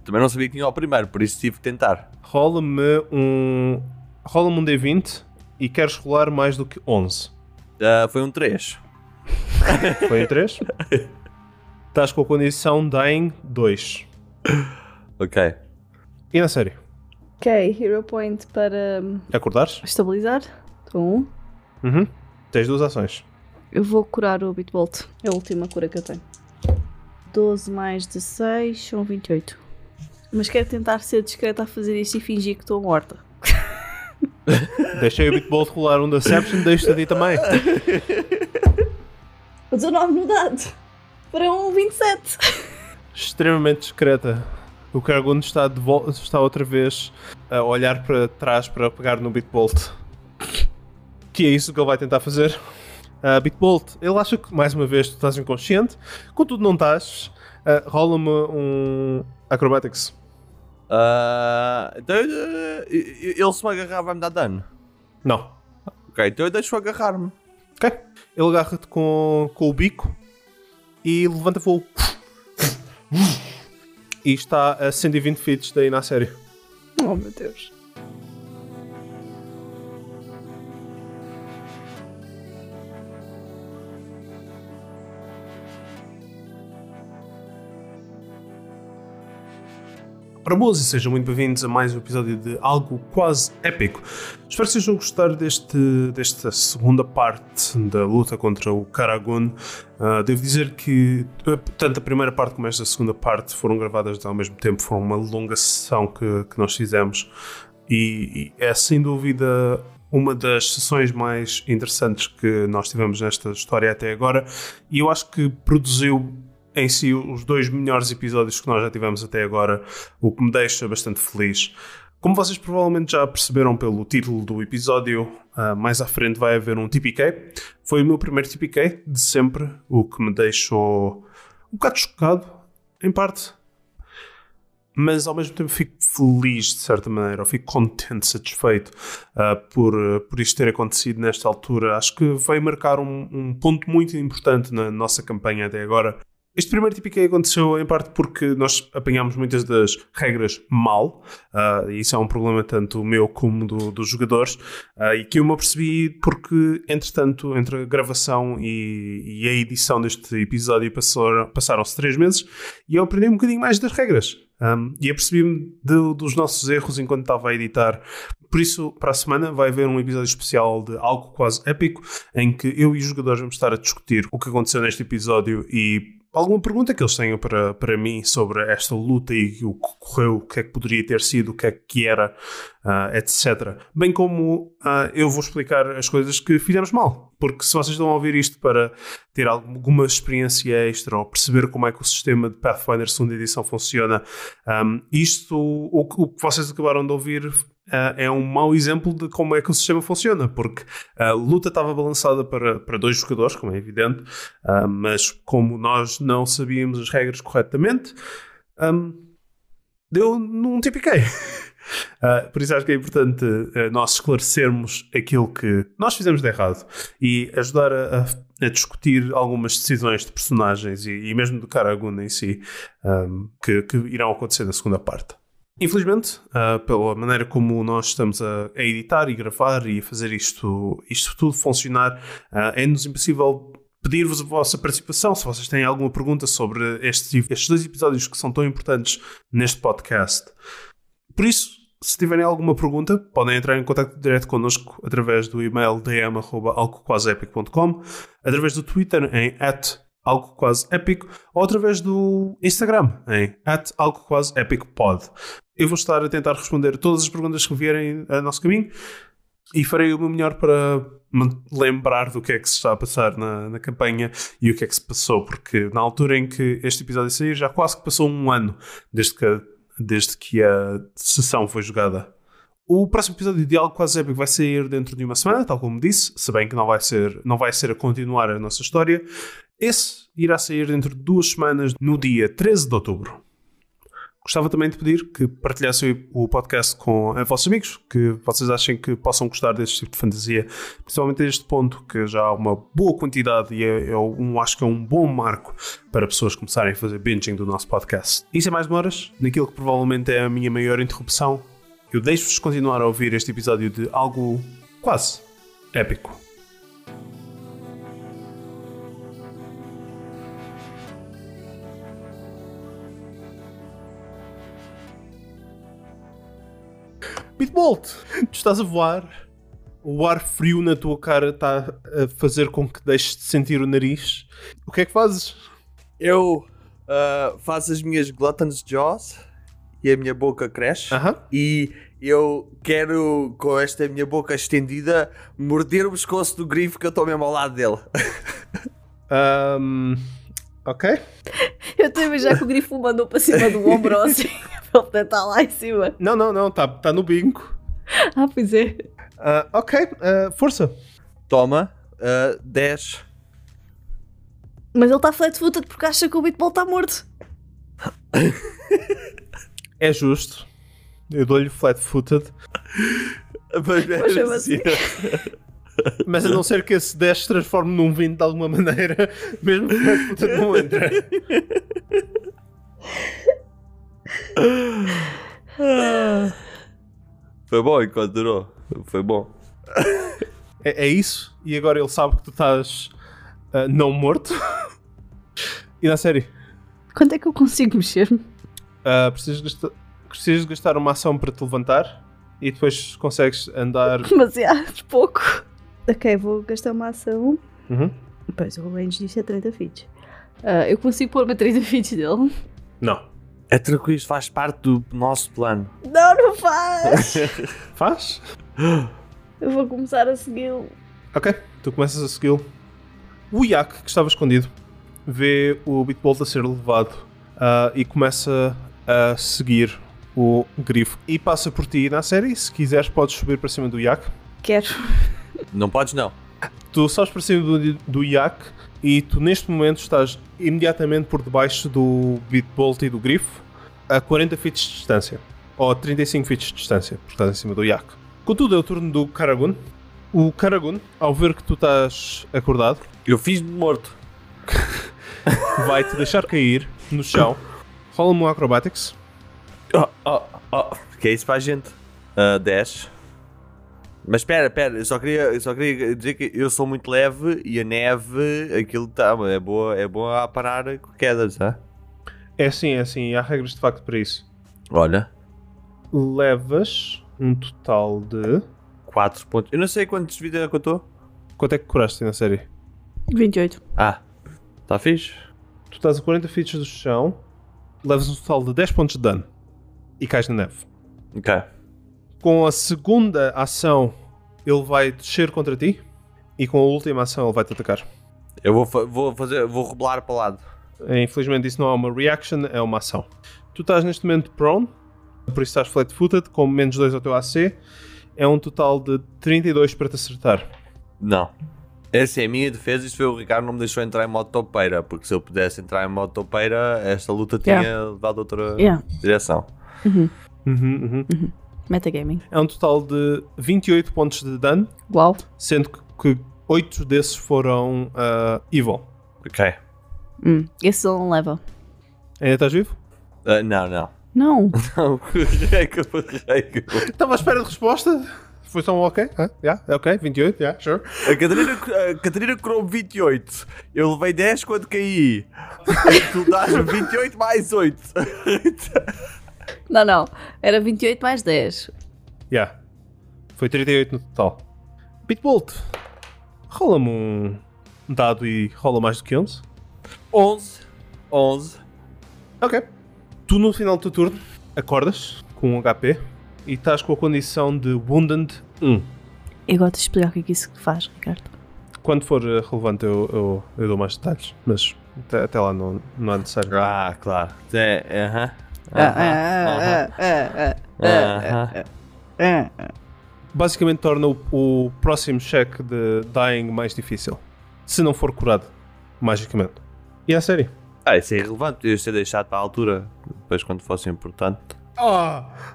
Também não sabia que tinha o primeiro, por isso tive que tentar.
rola-me um. Rola-me um D20 e queres rolar mais do que 11.
Ah, foi um 3.
Foi em 3. Estás com a condição Dying 2.
Ok.
E na série?
Ok, Hero Point para hum,
Acordares?
estabilizar. Então, um.
Uhum. Tens duas ações.
Eu vou curar o Bitbolt. É a última cura que eu tenho. 12 mais 16 são 28. Mas quero tentar ser discreta a fazer isto e fingir que estou morta.
Deixei o Bitbolt rolar um Deception, deixo-te a ti também.
19 no dado. Para um 27.
extremamente discreta. O Cargoon está, de vol- está outra vez a olhar para trás para pegar no Bitbolt. Que é isso que ele vai tentar fazer. Ah, Bitbolt, ele acha que mais uma vez tu estás inconsciente, contudo não estás. Ah, Rola-me um Acrobatics.
Ah, então, eu- eu- eu- ele se me agarrar vai me dar dano.
Não.
Ok, então eu deixo agarrar-me.
Ok. Ele agarra-te com, com o bico e levanta voo. E está a 120 feet daí na série.
Oh meu Deus.
Ora boas e sejam muito bem-vindos a mais um episódio de algo quase épico. Espero que sejam a gostar deste, desta segunda parte da luta contra o Karagun. Ah, devo dizer que eh, tanto a primeira parte como esta segunda parte foram gravadas ao mesmo tempo, foram uma longa sessão que, que nós fizemos e, e é sem dúvida uma das sessões mais interessantes que nós tivemos nesta história até agora e eu acho que produziu em si os dois melhores episódios que nós já tivemos até agora, o que me deixa bastante feliz. Como vocês provavelmente já perceberam pelo título do episódio, ah, mais à frente vai haver um TPK. Foi o meu primeiro TPK de sempre, o que me deixou um bocado chocado, em parte, mas ao mesmo tempo fico feliz de certa maneira, ou fico contente, satisfeito ah, por, ah, por isto ter acontecido nesta altura. Acho que vai marcar um, um ponto muito importante na nossa campanha até agora. Este primeiro TPK aconteceu em parte porque nós apanhámos muitas das regras mal, ah, e isso é um problema tanto meu como do- dos jogadores, ah, e que eu me apercebi porque, entretanto, entre a gravação e, e a edição deste episódio passou- passaram-se três meses e eu aprendi um bocadinho mais das regras. Um, e apercebi-me de- dos nossos erros enquanto estava a editar. Por isso, para a semana, vai haver um episódio especial de algo quase épico, em que eu e os jogadores vamos estar a discutir o que aconteceu neste episódio e alguma pergunta que eles tenham para, para mim sobre esta luta e o que ocorreu, o que é que poderia ter sido, o que é que era, ah, etc. Bem como ah, eu vou explicar as coisas que fizemos mal. Porque se vocês estão a ouvir isto para ter alguma experiência extra ou perceber como é que o sistema de Pathfinder 2 edição funciona, um, isto, o, que- o que vocês acabaram de ouvir ah, é um mau exemplo de como é que o sistema funciona, porque ah, a luta estava balançada para, para dois jogadores, como é evidente, ah, mas como nós não sabíamos as regras corretamente, um, deu num TPK. Ah, por isso acho que é importante ah, nós esclarecermos aquilo que nós fizemos de errado e ajudar a, a- a discutir algumas decisões de personagens e, e mesmo do Karaguna em si ahm, que, que irão acontecer na segunda parte. Infelizmente, ah, pela maneira como nós estamos a, a editar e gravar e a fazer isto, isto tudo funcionar, ah, é-nos impossível pedir-vos a vossa participação. Se vocês têm alguma pergunta sobre estes, estes dois episódios que são tão importantes neste podcast, por isso, se tiverem alguma pergunta, podem entrar em contato direto connosco através do e-mail dm.algoquaseepico.com, através do Twitter em algoquaseepico ou através do Instagram em algoquaseepicpod. Eu vou estar a tentar responder todas as perguntas que vierem a nosso caminho e farei o meu melhor para me lembrar do que é que se está a passar na, na campanha e o que é que se passou, porque na altura em que este episódio sair já quase que passou um ano desde que, a- desde que a sessão foi jogada. O próximo episódio de Algo Quase Épico vai sair dentro de uma semana, tal como disse, se bem que não vai ser, não vai ser a continuar a nossa história. Esse irá sair dentro de duas semanas, no dia 13 de outubro. Gostava também de pedir que partilhassem o podcast com a vossos amigos, que vocês achem que possam gostar deste tipo de fantasia, principalmente a este ponto, que já há uma boa quantidade e é, é um, acho que é um bom marco para pessoas começarem a fazer binging do nosso podcast. E sem mais demoras, naquilo que provavelmente é a minha maior interrupção, eu deixo-vos continuar a ouvir este episódio de algo quase épico. Bitbolt, tu estás a voar. O ar frio na tua cara está a fazer com que deixes de sentir o nariz. O que é que fazes?
Eu ah, faço as minhas glutton's jaws e a minha boca cresce.
Aham.
E eu quero, com esta minha boca estendida, morder o pescoço do grifo que eu estou mesmo ao lado dele.
Ahm, ok.
Eu estou a imaginar que o grifo o mandou para cima do ombro assim, para ele tentar lá em cima.
Não, não, não, está tá no bingo.
Ah, pois é.
Ah, ok, ah, força.
Toma, ah, 10.
Mas ele está flat-footed porque acha que o Bitball está morto.
É justo. Eu dou-lhe flat-footed.
Mas é
Poxa, mas-
assim.
Mas a não ser que esse 10 se transforme num 20 de alguma maneira, mesmo flat-footed não entra.
Foi bom enquanto durou. Foi bom.
É, é isso. E agora ele sabe que tu estás ah, não morto. e na série,
Quanto é que eu consigo mexer-me?
ah, precisas, gastar, precisas gastar uma ação para te levantar e depois consegues andar.
Demasiado pouco. Ok, vou gastar uma ação.
Uhum.
Pois, o range disto é 30 feet. Ah, eu consigo pôr-me a 30 feet dele?
Não.
É tranquilo, isto faz parte do nosso plano.
Não, não faz!
Faz?
eu vou começar a segui-lo.
Ok. Tu começas a segui-lo. O Iac, que estava escondido, vê o Bitbolt a ser levado ah, e começa a seguir o grifo. E passa por ti na série. Se quiseres, podes subir para cima do Iac.
Quero.
Não podes não.
Tu sabes para cima do, do IAC e tu neste momento estás imediatamente por debaixo do Bitbolt e do Grifo a 40 feet de distância. Ou a 35 feet de distância, porque estás em cima do IAC. Contudo, é o turno do Karagun. O Karagun, ao ver que tu estás acordado,
Eu fiz de morto.
vai te deixar cair no chão. Rola-me um Acrobatics.
Oh, oh, oh. Que é isso para a gente? Ah, 10. Mas espera, espera, eu só queria, eu só queria dizer que eu sou muito leve e a neve, aquilo tá, é boa, é boa a parar com quedas, tá?
É assim, é assim, há regras de facto para isso.
Olha,
Levas um total de.
4 pontos. Eu não sei quantos de vida que eu estou.
Quanto é que curaste na série?
28.
Ah, está fixe?
Tu estás a 40 feet do chão, levas um total de 10 pontos de dano e cais na neve.
Ok.
Com a segunda ação, ele vai descer contra ti e com a última ação, ele vai te atacar.
Eu vou, fa- vou fazer, vou rebolar para o lado.
Eh, Infelizmente, isso não é uma reaction, é uma ação. Tu estás neste momento prone, por isso estás flat-footed, com menos 2 ao teu AC. É um total de 32 para te acertar.
Não. Essa é a minha defesa e se foi o Ricardo não me deixou entrar em modo topeira, porque se eu pudesse entrar em modo topeira, esta luta tinha levado a outra
Yeah,
direção.
Uhum, uhum.
metagaming.
É um total de 28 pontos de dano,
Uau.
sendo que 8 desses foram ah, evil.
Ok.
Hum, esse ele não leva.
Ainda estás vivo?
Ah, não, não.
Não.
Não, correga, correga.
Estava à espera de resposta. Foi só um ok? Hã? Yeah, ok, 28, yeah, sure.
A Catarina, a Catarina curou 28. Eu levei 10 quando caí. E tu dás-me 28 mais 8.
Não, não. Era 28 mais 10.
Yeah. Foi 38 no total. Pitbolt, rola-me um dado e rola mais do que 11.
11. 11.
Ok. Tu no final do teu turno acordas com um HP e estás com a condição de Wounded 1.
Eu gosto de explicar o que é que isso faz, Ricardo.
Quando for eh, relevante eu, eu, eu dou mais detalhes, mas até, até lá não, não é necessário.
Ah, claro. É, aham.
Ah, ah, ah, ah, ah, ah, ah, ah.
Basicamente torna o, o próximo cheque de Dying mais difícil. Se não for curado, magicamente. E é a série.
Ah, isso é irrelevante. Eu ser deixado para a altura. Depois, quando fosse importante.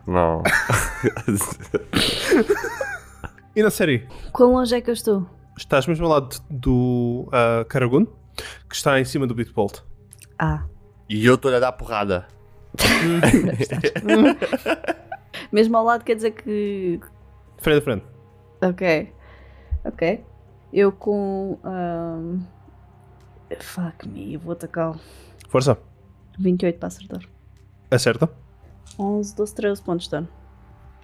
Não.
E na série,
Quão longe é que eu estou?
estás mesmo ao lado do ah, Karagun, que está em cima do Bitbolt.
Ah.
e eu estou-lhe a dar porrada.
Mesmo ao lado quer dizer que.
Frente a frente.
Ok. Ok. Eu com. ahm, Fuck me, eu vou atacá-lo.
Força.
28 para acertar.
Acerta.
11, 12, 13 pontos de dano.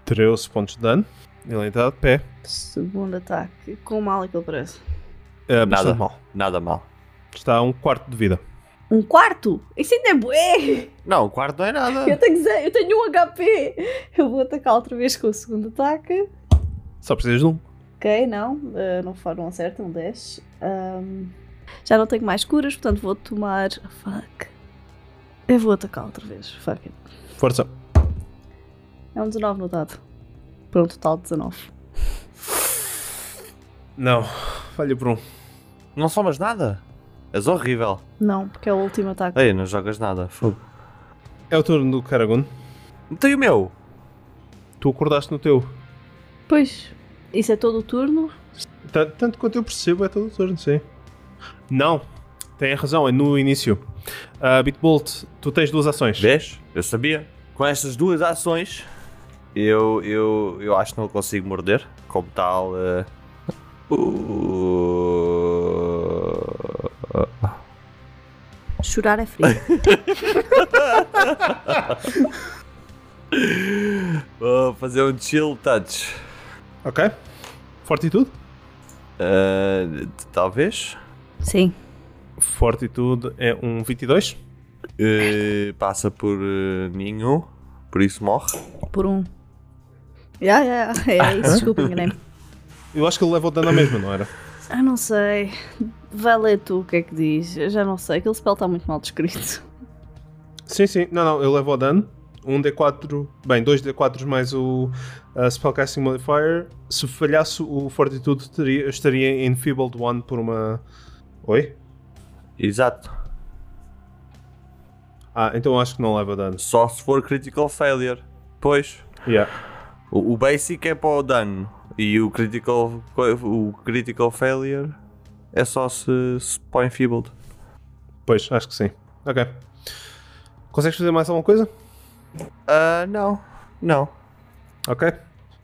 13 pontos de dano. Ele ainda está de pé.
Segundo ataque. Com mal é que ele parece.
É
Nada.
bastante mal.
Nada mal.
Está a um quarto de vida.
Um quarto? Isso ainda é bué!
Não, o quarto não é
Eu
nada.
tenho, ze- eu tenho um HP! Eu vou atacar outra vez com o segundo ataque.
Só precisas de um.
Ok, não. eh, não foi, não acerta, um 10. Ahm, já não tenho mais curas, portanto vou tomar. Fuck. Eu vou atacar outra vez. Fuck it.
Força.
É um 19 no dado. Para um total de 19.
Não. Falha por um.
Não somas nada. És horrível.
Não, porque é o último ataque.
Ei, não jogas nada. Fogo.
É o turno do Caragon.
Então e o meu?
Tu acordaste no teu.
Pois. Isso é todo o turno?
Ta- Tanto quanto eu percebo, é todo o turno, sim. Não. Tem razão, é no início. Ah, Bitbolt, tu tens duas ações.
Vês? Eu sabia. Com estas duas ações, eu, eu, eu acho que não consigo morder. Como tal. eh, o-
Chorar é frio.
Vou fazer um chill touch.
Ok. Fortitude?
Eh, t- talvez.
Sim.
Fortitude é um 22.
Eh, passa por eh, nenhum, por isso morre.
Por um. Ya, ya, ya, é isso, desculpa, enganei-me.
Eu acho que ele leva o dano à mesma, não era?
Ah, não sei. Vai ler tu o que é que diz. Eu já não sei. Aquele spell está muito mal descrito.
Sim, sim. Não, não, ele leva o dano. Um D4, bem, dois D4 mais o ah, Spellcasting Modifier. Se falhasse o Fortitude, teria- estaria em Feebled One por uma. Oi?
Exato.
Ah, então acho que não leva dano.
Só se for critical failure. Pois.
Yeah.
O, o basic é para o dano. E o critical, o critical failure é só se, se põe feebled.
Pois, acho que sim. Ok. Consegues fazer mais alguma coisa?
Ah, não. Não.
Ok.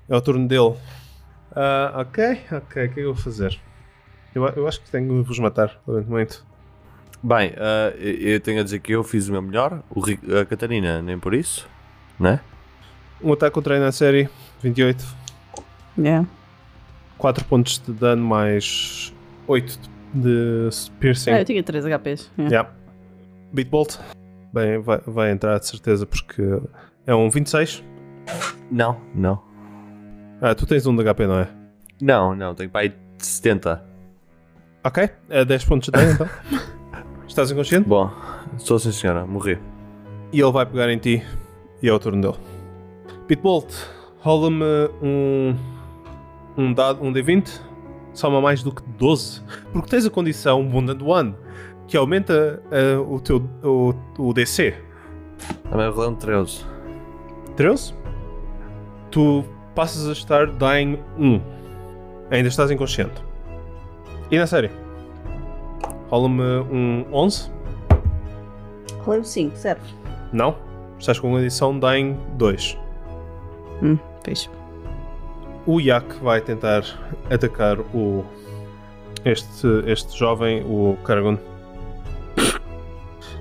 É o turno dele. Ah, ok, ok. O que é que eu vou fazer? Eu, eu acho que tenho que vos matar, lamento muito.
Bem, ah, eu eu tenho a dizer que eu fiz o meu melhor. O, Ri- a Catarina, nem por isso. Né?
Um ataque contra na série, 28.
Yeah.
4 pontos de dano mais 8 de piercing.
Ah, eu tinha 3 HPs. Yeah.
Yeah. Beatbolt. Bem, vai, vai entrar de certeza porque é um 26.
Não, não.
Ah, tu tens um de HP, não é?
Não, não. Tenho para aí 70.
Ok, é 10 pontos de dano então. Estás inconsciente?
Bom, sou sim senhora. Morri.
E ele vai pegar em ti e é o turno dele. Pitbolt, rola-me um, um dado, um D20, soma mais do que 12, porque tens a condição Wounded One, que aumenta eh, o teu o, o DC.
Também rolei um 13.
13? Tu passas a estar Dying 1. Ainda estás inconsciente. E na série? Rola-me um 11?
Rolei o 5, serve.
Não. Estás com a condição Dying 2.
Hum, fez.
O Yak vai tentar atacar o este, este jovem, o Karagun.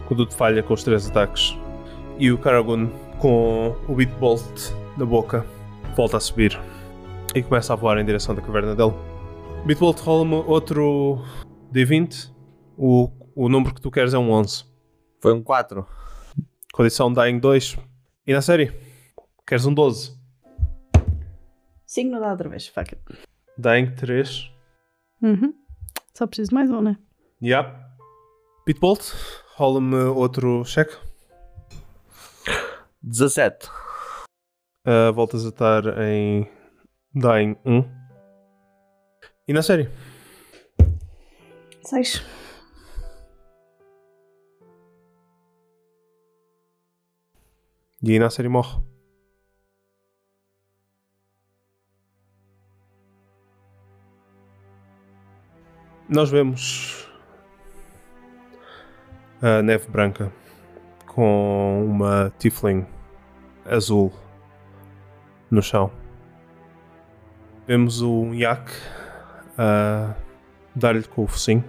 Quando te falha com os três ataques. E o Karagun, com o Beat Bolt na boca, volta a subir e começa a voar em direção da caverna dele. Beat Bolt rola-me outro D20. O, o número que tu queres é um 11.
Foi um 4.
Condição Dying 2. E na série? Queres um 12.
5 não dá outra vez, fuck it.
Dying 3.
Uhum. Só preciso de mais um, né?
Yep. Pitbolt, rola-me outro cheque.
17.
Ah, voltas a estar em Dying 1. E na série?
6.
E na série morre. Nós vemos a neve branca com uma tiefling azul no chão. Vemos um yak a dar-lhe com o focinho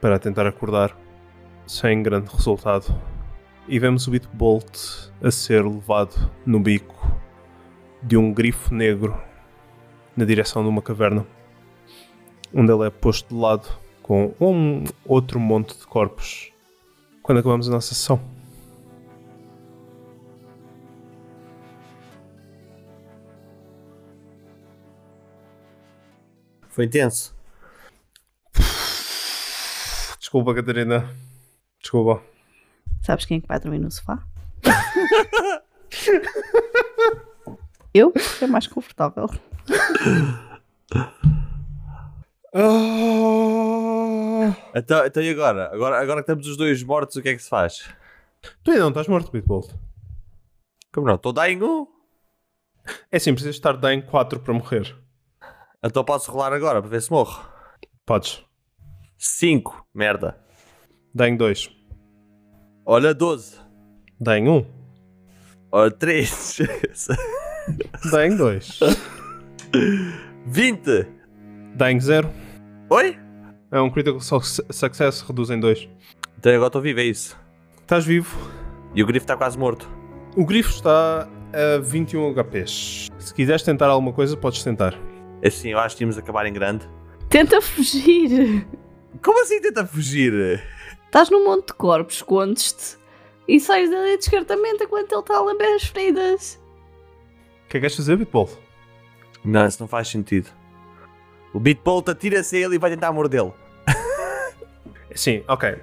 para tentar acordar sem grande resultado e vemos o Bitbolt a ser levado no bico de um grifo negro na direção de uma caverna, onde ele é posto de lado com um outro monte de corpos quando acabamos a nossa sessão.
Foi intenso.
Desculpa, Catarina. Desculpa.
Sabes quem é que vai dormir no sofá? Eu? É mais confortável.
Então, então e agora? agora? Agora que estamos os dois mortos, o que é que se faz?
Tu ainda não estás morto, Bitbolt.
Como não? Estou dying um?
É assim, precisas estar dying 4 para morrer.
Então posso rolar agora para ver se morro.
Podes.
5. Merda.
Dying 2.
Olha, 12.
Dying 1.
Olha, 3.
Dying 2.
20.
Dying 0.
Oi?
É um critical su- success, reduz em 2.
Então agora estou vivo, é isso.
Estás vivo.
E o grifo está quase morto.
O grifo está a 21 HPs. Se quiseres tentar alguma coisa, podes tentar.
Assim, eu acho que tínhamos de acabar em grande.
Tenta fugir!
Como assim tenta fugir?
Estás num monte de corpos, escondes-te e sais dali descartamento enquanto ele está a lamber as feridas.
O que é que queres fazer, Bitbolt?
Não, isso não faz sentido. O Bitbolt atira-se a ele e vai tentar mordê-lo.
Sim, ok.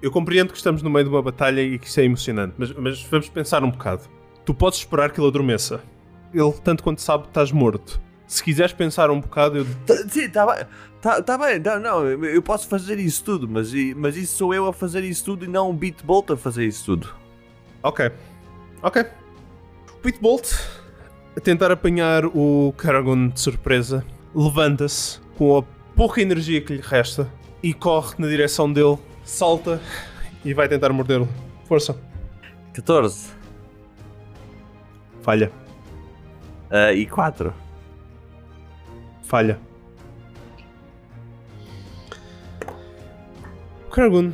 Eu compreendo que estamos no meio de uma batalha e que isso é emocionante, mas, mas vamos pensar um bocado. Tu podes esperar que ele adormeça. Ele, tanto quanto sabe, estás morto. Se quiseres pensar um bocado, eu
Tá- Sim, está bem. Tá, tá bem, não, não, eu eu posso fazer isso tudo, mas, i- mas isso sou eu a fazer isso tudo e não o Bitbolt a fazer isso tudo.
Ok. Ok. Pitbolt, a tentar apanhar o Caragon de surpresa, levanta-se com a pouca energia que lhe resta e corre na direção dele, salta e vai tentar mordê-lo. Força.
14
Falha.
ah, e 4.
Falha. Caragon.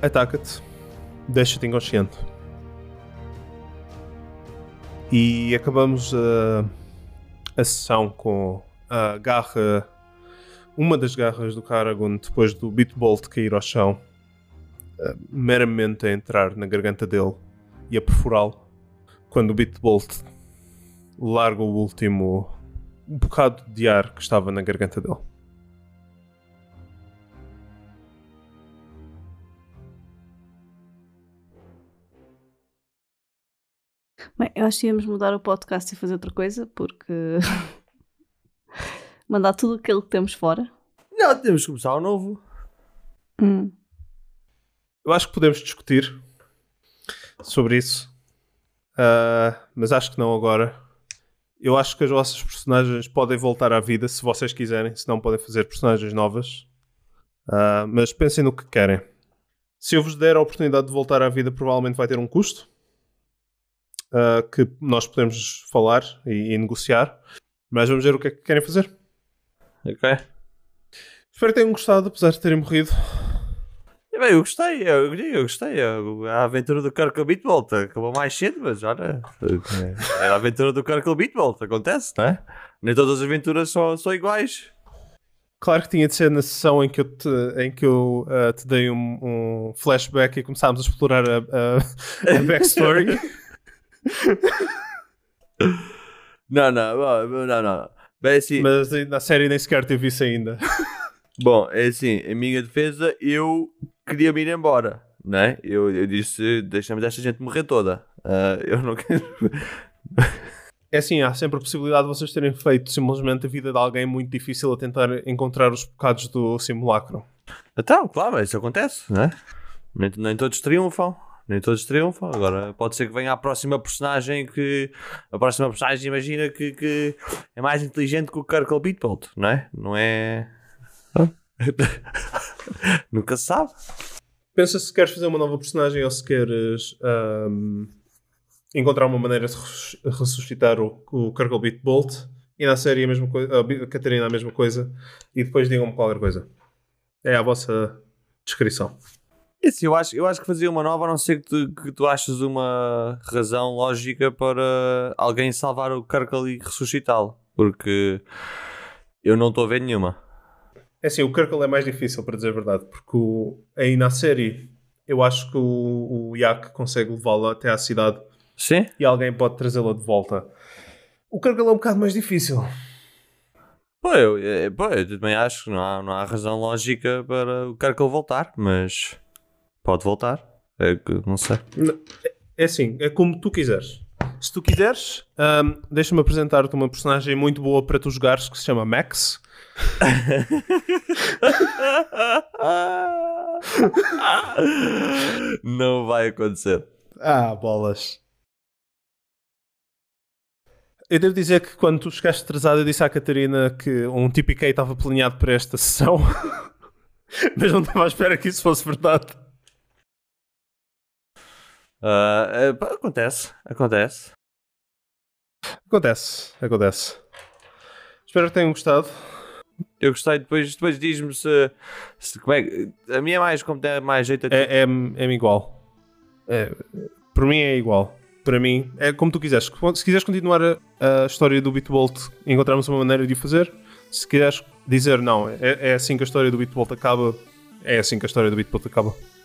Ataca-te. Deixa-te inconsciente. E acabamos ah, a sessão com a garra. Uma das garras do Caragon depois do Bitbolt cair ao chão. ah, meramente a entrar na garganta dele e a perfurá-lo. Quando o Bitbolt larga o último bocado de ar que estava na garganta dele.
Bem, eu acho que íamos mudar o podcast e fazer outra coisa porque. mandar tudo aquilo que temos fora.
Não, temos que começar ao novo.
Hum.
Eu acho que podemos discutir sobre isso, Ah, mas acho que não agora. Eu acho que as vossas personagens podem voltar à vida se vocês quiserem, se não podem fazer personagens novas. Ah, mas pensem no que querem. Se eu vos der a oportunidade de voltar à vida, provavelmente vai ter um custo ah, que nós podemos falar e- e negociar. Mas vamos ver o que é que querem fazer.
Ok.
Espero que tenham gostado, apesar de terem morrido.
E bem, eu gostei, eu, eu gostei. eu- a aventura do Kirk com o Bitbolt acabou mais cedo, mas olha. Era a aventura do Kirk com o Bitbolt, acontece, não é? Nem todas as aventuras são, são iguais.
Claro que tinha de ser na sessão em que eu te, em que eu, ah, te dei um, um flashback e começámos a explorar a, a- a backstory.
Não, não, não, não. não. Bem, assim,
mas na série nem sequer teve isso ainda.
Bom, é assim, em minha defesa, eu queria me ir embora, né? Eu, eu disse, deixamos esta gente morrer toda. Ah, eu não quero.
É assim, há sempre a possibilidade de vocês terem feito simplesmente a vida de alguém muito difícil a tentar encontrar os bocados do simulacro.
Então, claro, isso acontece, né? Nem, nem todos triunfam. Nem todos triunfam. Agora, pode ser que venha a próxima personagem que. A próxima personagem, imagina que, que é mais inteligente que o Kirkle Beatbolt, não é? Não é. Nunca se sabe.
Pensa se queres fazer uma nova personagem ou se queres ahm, encontrar uma maneira de res- ressuscitar o, o Kirkle Beat Bolt. E na série a mesma coisa, a Bi- a Catarina a mesma coisa. E depois digam-me qualquer coisa. É a vossa descrição.
Isso, assim, eu acho, eu acho que fazia uma nova, a não ser que tu, que tu achas uma razão lógica para alguém salvar o Kirkle e ressuscitá-lo. Porque eu não estou a ver nenhuma.
É assim, o Kirkle é mais difícil, para dizer a verdade, porque o, aí na série eu acho que o, o Yak consegue levá-lo até à cidade
Sim?
e alguém pode trazê-lo de volta. O Kirkle é um bocado mais difícil.
Pô, eu, eh, pô, eu também acho que não há, não há razão lógica para o Kirkle voltar, mas pode voltar. É que não sei.
É assim, é como tu quiseres. Se tu quiseres, ahm, deixa-me apresentar-te uma personagem muito boa para tu jogares que se chama Max.
não vai acontecer.
Ah, bolas. Eu devo dizer que quando tu chegaste atrasado, eu disse à Catarina que um TPK estava planeado para esta sessão, mas não estava à espera que isso fosse verdade.
Ah, é, pá, acontece, acontece.
Acontece, acontece. Espero que tenham gostado.
Eu gostei, depois, depois diz-me se, se como é que- A minha é mais como der mais jeito a ti.
É, é, é-me igual. É, para mim é igual. Para mim, é como tu quiseres. Se quiseres continuar a, a história do Bitbolt, encontramos uma maneira de o fazer. Se quiseres dizer não, é, é assim que a história do Bitbolt acaba, é assim que a história do Bitbolt acaba.